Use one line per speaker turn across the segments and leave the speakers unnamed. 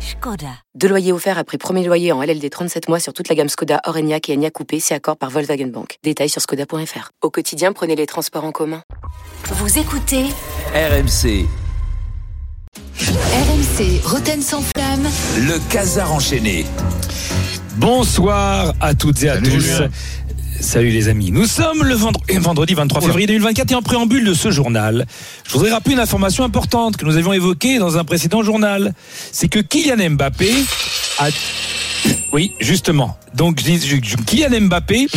Skoda. Deux loyers offerts après premier loyer en LLD 37 mois sur toute la gamme Skoda, Orenia et Enya Coupé, c'est accord par Volkswagen Bank. Détails sur skoda.fr. Au quotidien, prenez les transports en commun.
Vous écoutez
RMC,
RMC Roten sans flamme.
le casar enchaîné.
Bonsoir à toutes et à tous. Salut les amis, nous sommes le vendre- et vendredi 23 février 2024 et en préambule de ce journal, je voudrais rappeler une information importante que nous avions évoquée dans un précédent journal. C'est que Kylian Mbappé a... Oui, justement. Donc je dis- je- je- Kylian Mbappé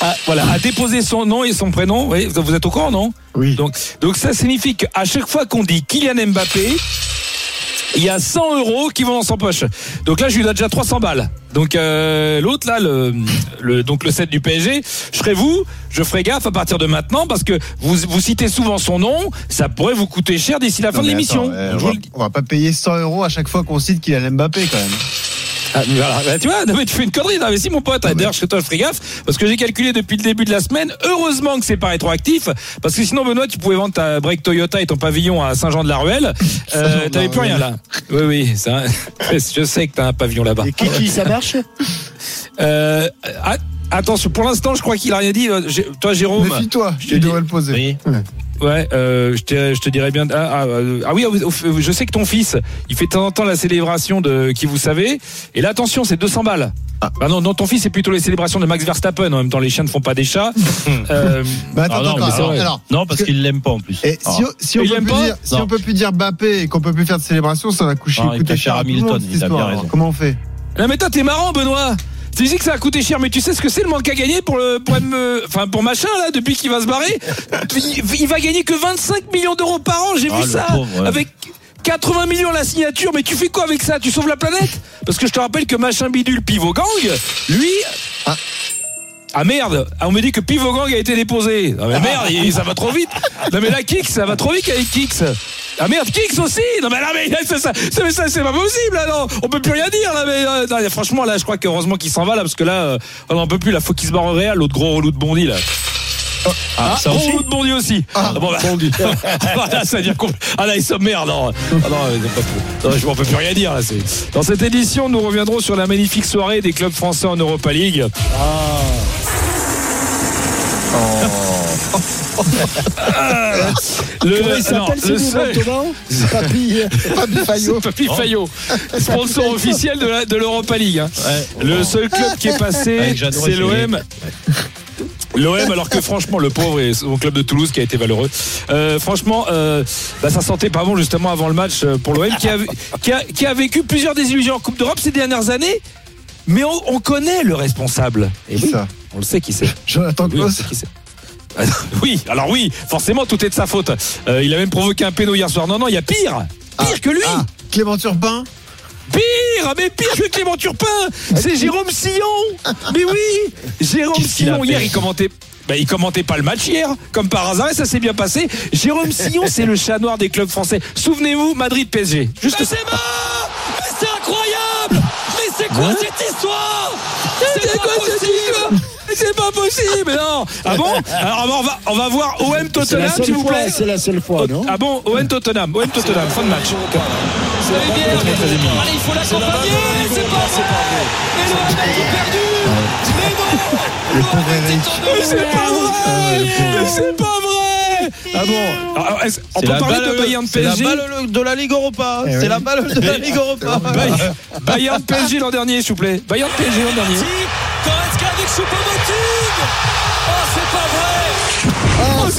a, voilà, a déposé son nom et son prénom. Oui, vous vous êtes au courant, non
Oui.
Donc, donc ça signifie qu'à chaque fois qu'on dit Kylian Mbappé, il y a 100 euros qui vont dans son poche. Donc là, je lui donne déjà 300 balles. Donc euh, l'autre là, le, le- donc le 7 du PSG, je serai vous, je ferai gaffe à partir de maintenant parce que vous, vous citez souvent son nom, ça pourrait vous coûter cher d'ici la fin
Non,
de
mais
l'émission.
attends, euh,
Je
on,
vous
va-
le dis.
on va pas payer 100 euros à chaque fois qu'on cite qu'il a Mbappé quand même.
Ah, mais voilà, bah, tu vois, non, mais tu fais une connerie, non, mais si mon pote,
mais-
d'ailleurs je serai toi, je ferai gaffe parce que j'ai calculé depuis le début de la semaine. Heureusement que c'est pas rétroactif parce que sinon Benoît, tu pouvais vendre ta break Toyota et ton pavillon à Saint-Jean-de-la-Ruelle. Euh,
Saint-Jean-de-la-Ruelle.
T'avais plus rien là. Oui, oui, ça, je sais que t'as un pavillon là-bas.
Et Kiki, ça marche
Euh, a- attention, pour l'instant, je crois qu'il a rien dit. Euh, Gé- Toi, Jérôme.
Méfie-toi,
je te
tu
dis-
devrais le poser.
Oui.
Ouais.
Ouais, euh, je, te, je te dirais bien. Ah, ah, euh, ah oui, ah, vous- je sais que ton fils, il fait de temps en temps la célébration de qui vous savez. Et là, attention, c'est 200 balles.
Ah.
Ah non, non, ton fils, c'est plutôt les célébrations de Max Verstappen. En même temps, les chiens ne font pas des chats. Euh,
Mais attends,
Ah non,
attends,
mais c'est
alors-
vrai.
alors,
Non, parce
que-
qu'il l'aime pas en plus.
et
Ah.
si, on- si on
Il
peut
aime
plus
pas
dire, si
Non.
on peut plus dire Mbappé et qu'on peut plus faire de célébration, ça va coucher,
Non, il
coûter
préfère
cher à tout le
Hamilton,
monde, cette
il a bien
histoire.
raison.
Comment on fait
non, mais toi, t'es marrant, Benoît. Tu dis que ça a coûté cher, mais tu sais ce que c'est le manque à gagner pour le pour, M- enfin, pour machin là depuis qu'il va se barrer. Il, il va gagner que 25 millions d'euros par an. J'ai
Ah,
vu
le
ça
pauvre, ouais.
avec 80 millions la signature. Mais tu fais quoi avec ça Tu sauves la planète Parce que je te rappelle que machin bidule pivot gang, lui.
Ah.
Ah merde, Ah, on me dit que Pivot Gang a été déposé. Ah mais merde, il- ça va trop vite. Non mais la Kix, ça va trop vite avec Kix. Ah merde, Kix aussi. Non mais là, mais ça, ça- ça- mais ça, c'est pas possible. Là, non, on peut plus rien dire. Là, mais euh, non, franchement, là, je crois qu'heureusement qu'il s'en va là parce que là, euh, on en peut plus. La faut qu'il se barre au Real, l'autre gros relou de Bondy là. Ah,
ça
gros
aussi
relou de Bondy aussi.
Ah,
bon, bah, ah, là, ça devient compl- Ah là, ils sont merde. Non, Ah, non, euh, non, pas- non, je m'en peux plus rien dire. Là, c'est- Dans cette édition, nous reviendrons sur la magnifique soirée des clubs français en Europa League.
Ah.
Oh. Le, non, le seul-
Papy,
euh,
Papy Fayot.
c'est Papy Fayot, sponsor officiel de la- de l'Europa League. hein.
Ouais.
Le seul club qui est passé,
Avec Jeannot,
c'est
il est-
l'OM. L'OM, alors que franchement, le pauvre et son club de Toulouse qui a été valeureux. Euh, franchement, euh, bah, ça sentait pas bon justement avant le match euh, pour l'OM qui a, qui, a, qui a vécu plusieurs désillusions en Coupe d'Europe ces dernières années. Mais on, on connaît le responsable. Et
Qui
oui,
ça
on le sait qui c'est.
Jonathan
Oui, on
Klaus
sait qui c'est. Ah, Oui, alors oui, forcément tout est de sa faute. Euh, il a même provoqué un péno hier soir. Non, non, il y a pire, pire que lui.
Ah, Clément Turpin
Pire, mais pire que Clément Turpin, c'est Jérôme Sillon. Mais oui, Jérôme
Ah, Qu'est-ce qu'il a
Sillon
fait
hier il commentait. bah, il commentait pas le match hier, comme par hasard, et ça s'est bien passé. Jérôme Sillon, c'est le chat noir des clubs français. Souvenez-vous, Madrid PSG. Juste ça.
C'est incroyable Mais c'est quoi cette histoire
Hein C'est quoi ce type C'est pas possible, non. Ah bon Alors on va, on va voir OM Tottenham, s'il vous plaît.
C'est la seule fois, non
Ah bon, OM Tottenham, OM Tottenham, fin de match.
Eh bien, Allez, il faut l'accompagner C'est pas vrai Mais le Real a
Le
perdu
pauvre Eric.
Mais c'est pas vrai Mais c'est pas vrai Ah bon Alors, est-ce- On
C'est
peut
la
parler de
balle-
Bayern
c'est
PSG
la balle de la Ligue Europa.
Eh
c'est
oui.
la balle de la Ligue Europa.
Bay- Bayern PSG l'an dernier, s'il vous plaît. Bayern PSG l'an dernier.
Goretzka avec Choupo-Moting Oh, c'est pas vrai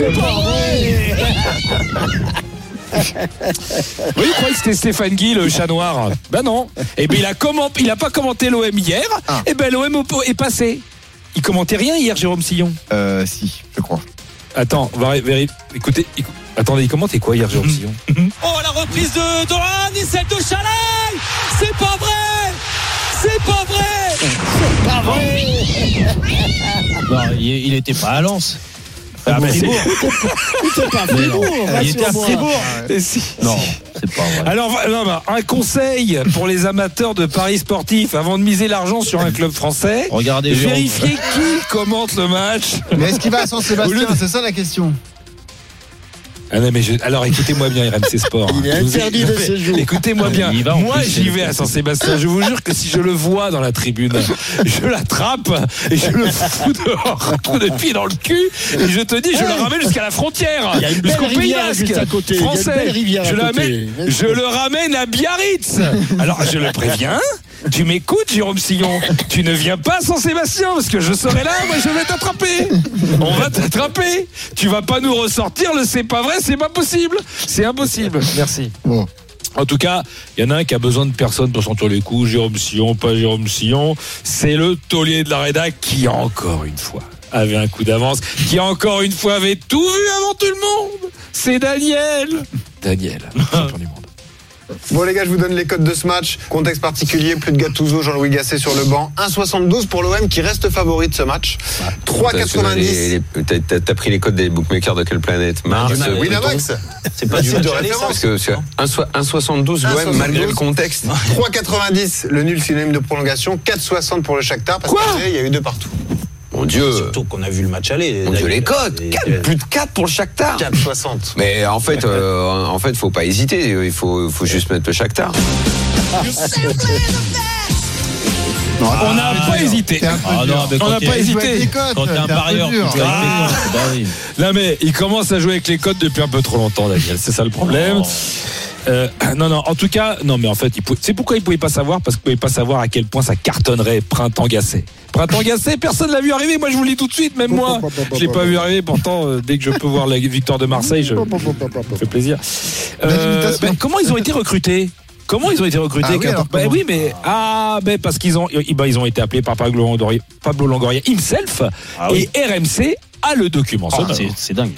Oui, il croyait que c'était Stéphane Guy, le chat noir. Ben non. Eh ben il a, comment... il a pas commenté l'OM hier. Eh ben l'OM au- est passé. Il commentait rien hier, Jérôme Sillon.
Euh, si, je crois.
Attends, on va ré- vérifier. Écoutez, écou- attendez, il commentait quoi hier, Jérôme Sillon
Oh, la reprise de Dolan et celle de Chalal C'est pas vrai C'est pas vrai
Non, il, il était pas à Lens.
Ah, bah,
Fribourg.
c'est-
C'était pas
Mais non.
Fribourg,
il était à
rassure-moi.
Fribourg. Si,
Non,
si.
c'est pas vrai.
Alors, va- non, bah, un conseil pour les amateurs de paris sportifs avant de miser l'argent sur un club français.
Regardez, Jérôme.
Vérifiez qui commente le match.
Mais est-ce qu'il va à San-Sébastien C'est ça la question.
Ah non, mais je- Alors écoutez-moi bien, RMC Sport. hein.
Il est
Je vous ai-
interdit de séjour.
Écoutez-moi bien.
Il y va, en
Moi,
plus,
j'y
c'est-
vais à Saint-Sébastien. Je vous jure que si je le vois dans la tribune, je l'attrape et je le fous dehors, un coup de pied dans le cul, et je te dis, je le ramène jusqu'à la frontière,
Il y a une belle
jusqu'au Pays
rivière
Basque.
juste à côté. Il y a une
Français.
belle rivière
je,
à
le
côté.
ramène, je le ramène à Biarritz. Alors, je le préviens. Tu m'écoutes, Jérôme Sillon. Tu ne viens pas à Saint-Sébastien parce que je serai là. Moi, je vais t'attraper. On va t'attraper. Tu vas pas nous ressortir le c'est pas vrai, c'est pas possible. C'est impossible. Merci.
Bon.
En tout cas, il y en a un qui a besoin de personne pour sentir les coups. Jérôme Sillon, pas Jérôme Sillon. C'est le taulier de la rédac qui, encore une fois, avait un coup d'avance, qui, encore une fois, avait tout vu avant tout le monde. C'est Daniel. Daniel, champion du monde.
Bon les gars, je vous donne les codes de ce match. Contexte particulier, plus de Gattuso, Jean-Louis Gasset sur le banc. 1,72 pour l'OM qui reste favori de ce match. 3,90.
T'as- T'as t'as pris les codes des bookmakers de quelle planète Mars euh,
Winamax,
Bah, C'est pas
un
du
site de
match aller, ça,
Parce
référence.
que c'est un soi- 1,72 l'OM
1,72.
malgré le contexte.
3,90 le nul synonyme de prolongation. 4,60 pour le Shakhtar parce qu'il y a eu deux partout.
Mon Dieu,
Surtout qu'on a vu le match aller.
mon Dieu les codes
Et-
Quatre- Plus de 4 pour le Shakhtar
4,60.
mais en fait, euh, en fait, faut pas hésiter. Il faut, faut juste mettre le Shakhtar.
On n'a pas hésité.
T'es un
Ah
peu
non,
dur.
mais
On
quand
n'a
t'es-
pas hésité.
Quand t'es un parieur, tu joues
Ah.
avec les codes. Bah oui.
Là, mais il commence à jouer avec les codes depuis un peu trop longtemps, Daniel. C'est ça le problème.
Oh.
Euh, non, non, en tout cas, non, mais en fait, il pouvait- c'est pourquoi il ne pouvait pas savoir, parce qu'il ne pouvait pas savoir à quel point ça cartonnerait Printemps Gacé. Printemps Gacé, personne ne l'a vu arriver, moi je vous le dis tout de suite, même moi. Je ne l'ai pas vu arriver, pourtant, euh, dès que je peux voir la victoire de Marseille, je, ça me fait plaisir. Euh,
L'imitation.
ben, comment ils ont été recrutés Comment ils ont été recrutés
Ah oui,
Quentin
alors,
Ben
comment
oui, mais ah ben parce qu'ils ont ils- ben, ils ont été appelés par Pablo Longoria, Pablo Longoria himself
Ah oui.
et RMC a le document.
Ah,
sonore.
c'est- C'est dingue.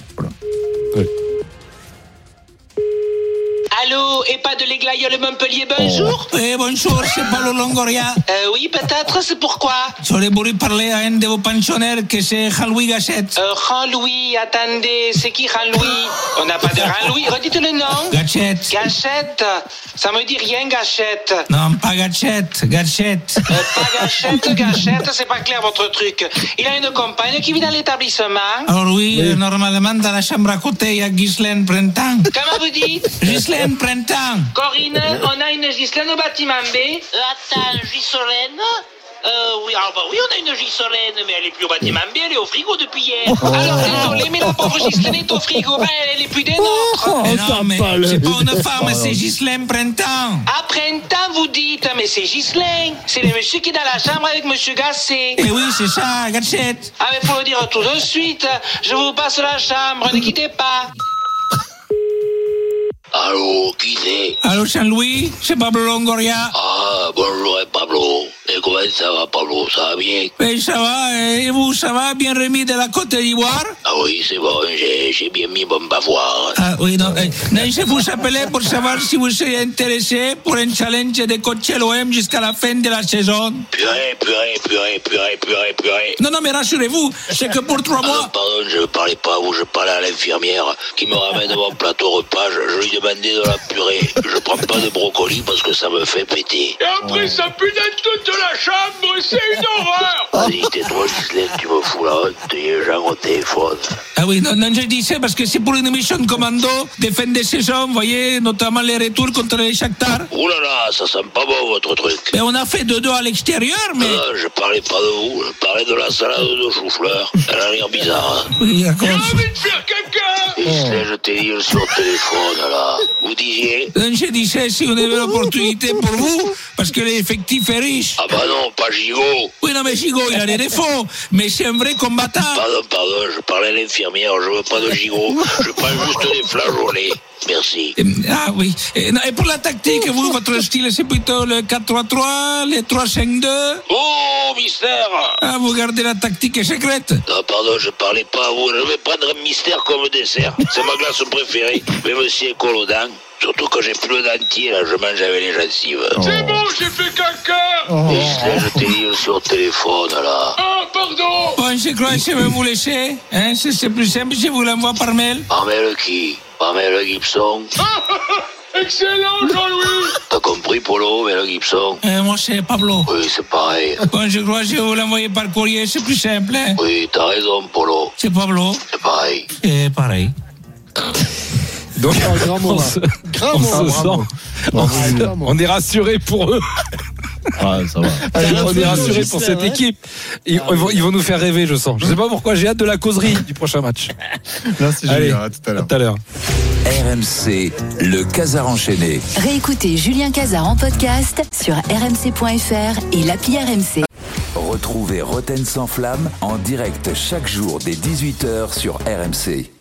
Allô, et pas de l'Églaïole Montpellier, bonjour
Eh, bonjour, c'est Paolo Longoria.
Euh, Oui, peut-être, c'est pourquoi
J'aurais voulu parler à un de vos pensionnaires que c'est Jean-Louis Gachette.
euh, Jean-Louis, attendez, c'est qui Jean-Louis On n'a pas de Jean-Louis, redites le nom
Gachette.
Gachette, ça me dit rien, Gachette.
Non, pas Gachette, Gachette.
Euh, pas Gachette, Gachette, c'est pas clair votre truc. Il a une compagne qui vit dans l'établissement.
Alors oui, euh, normalement dans la chambre à côté, il y a Ghislaine Printemps.
Comment vous dites
Ghislaine Printemps.
Corinne, on a une Gislaine au bâtiment B. Euh, attends, Gisolène euh, oui, ah bah oui, on a une Gisolène, mais elle est plus au bâtiment B, elle est au frigo depuis hier. Alors désolé, mais la pauvre Gislaine est au frigo, ben, elle est plus des nôtres.
Oh,
Mais Eh non, mais c'est pas une femme, c'est Ghislaine Printemps.
À printemps, vous dites, mais c'est Ghislaine, c'est le monsieur qui est dans la chambre avec monsieur Gassé.
Eh oui, c'est ça, Gachette.
Ah, mais faut le dire tout de suite, je vous passe la chambre, ne quittez pas.
Allô, qui c'est
Allô, Jean-Louis, c'est Pablo Longoria.
Ah, bonjour Pablo. Et comment ça va Pablo Ça va bien
Eh, ça va, eh, et vous, ça va, bien remis de la Côte d'Ivoire
Ah oui, c'est bon, j'ai bien mis mon bavoir.
Ah oui, non, eh, non, je vous appelais pour savoir si vous seriez intéressé pour un challenge de coacher l'OM jusqu'à la fin de la saison.
Purée, purée, purée, purée, purée, purée.
Non, non, mais rassurez-vous, c'est que pour trois
Ah,
mois.
pardon, je ne parlais pas à vous, je parlais à l'infirmière qui me ramène mon plateau repas. Je, je lui demandais de la purée. Je prends pas de brocoli parce que ça me fait péter.
Et après, ça pue dans toute la chambre, c'est une horreur
Vas-y, tais-toi, Ghislaine, tu me fous la honte. Il y a les gens au téléphone.
Ah oui, non, non, je dis ça parce que c'est pour une mission commando de fin de saison, vous voyez, notamment les retours contre les Shakhtar.
Ouh là là, ça sent pas bon votre truc.
Mais on a fait 2-2 à l'extérieur, mais...
Ah, je parlais pas de vous, je parlais de la salade de chou-fleur. Elle a l'air bizarre. hein.
Eh, Oui, d'accord.
de faire caca
Ghislaine, je t'ai dit, je suis au téléphone là. Vous disiez
Donc je disais, si on avait l'opportunité pour vous, parce que l'effectif est riche.
Ah bah non, pas gigot.
Oui, non, mais Gigo, il a des défauts, mais c'est un vrai
Ah
combattant.
Pardon, pardon, je parlais à l'infirmière, je veux pas de gigot. Je prends juste des flageolets.
Merci.
Ah oui. Et, non, et pour la tactique, vous, votre style, c'est plutôt le 4-3-3, le 3-5-2
Oh, mystère
Ah, vous gardez la tactique secrète
Non, pardon, je parlais pas à vous. Je vais prendre un mystère comme dessert. C'est ma glace préférée, même si elle colle aux dents. Surtout que j'ai plus le dentier, là, je mange avec les gencives.
C'est bon, j'ai fait caca
Mystère, je t'ai dit sur le téléphone, là.
Ah, pardon
Bon, je crois que je vais vous laisser. Hein, c'est c'est plus simple, je vous l'envoie par mail.
Pamela qui Pamela Gibson
Excellent, Jean-Louis
T'as compris, Polo, Pamela Gibson
Euh, moi, c'est Pablo.
Oui, c'est pareil.
Bon, je crois que je vais vous l'envoyer par courrier, c'est plus simple. hein.
Oui, t'as raison, Polo.
C'est Pablo.
C'est pareil.
C'est pareil.
Donc,
grand mot,
on
là.
se,
Grand
on
mot.
se
Grand mot.
sent- on se- on est rassuré pour eux.
Ah, ça va.
Allez,
on est
Jean-Louis,
rassuré
juste
pour
là,
cette
ouais.
équipe. Ah, Ils, ils vont, ils vont nous faire rêver, je sens. Je sais pas pourquoi, j'ai hâte de la causerie du prochain match.
Là, c'est
Allez,
Julien, à hein, tout à l'heure.
À tout à l'heure.
RMC, le Casar enchaîné.
Réécoutez Julien Cazard en podcast sur rmc.fr et l'appli RMC.
Retrouvez Roten sans flamme en direct chaque jour dès 18h sur RMC.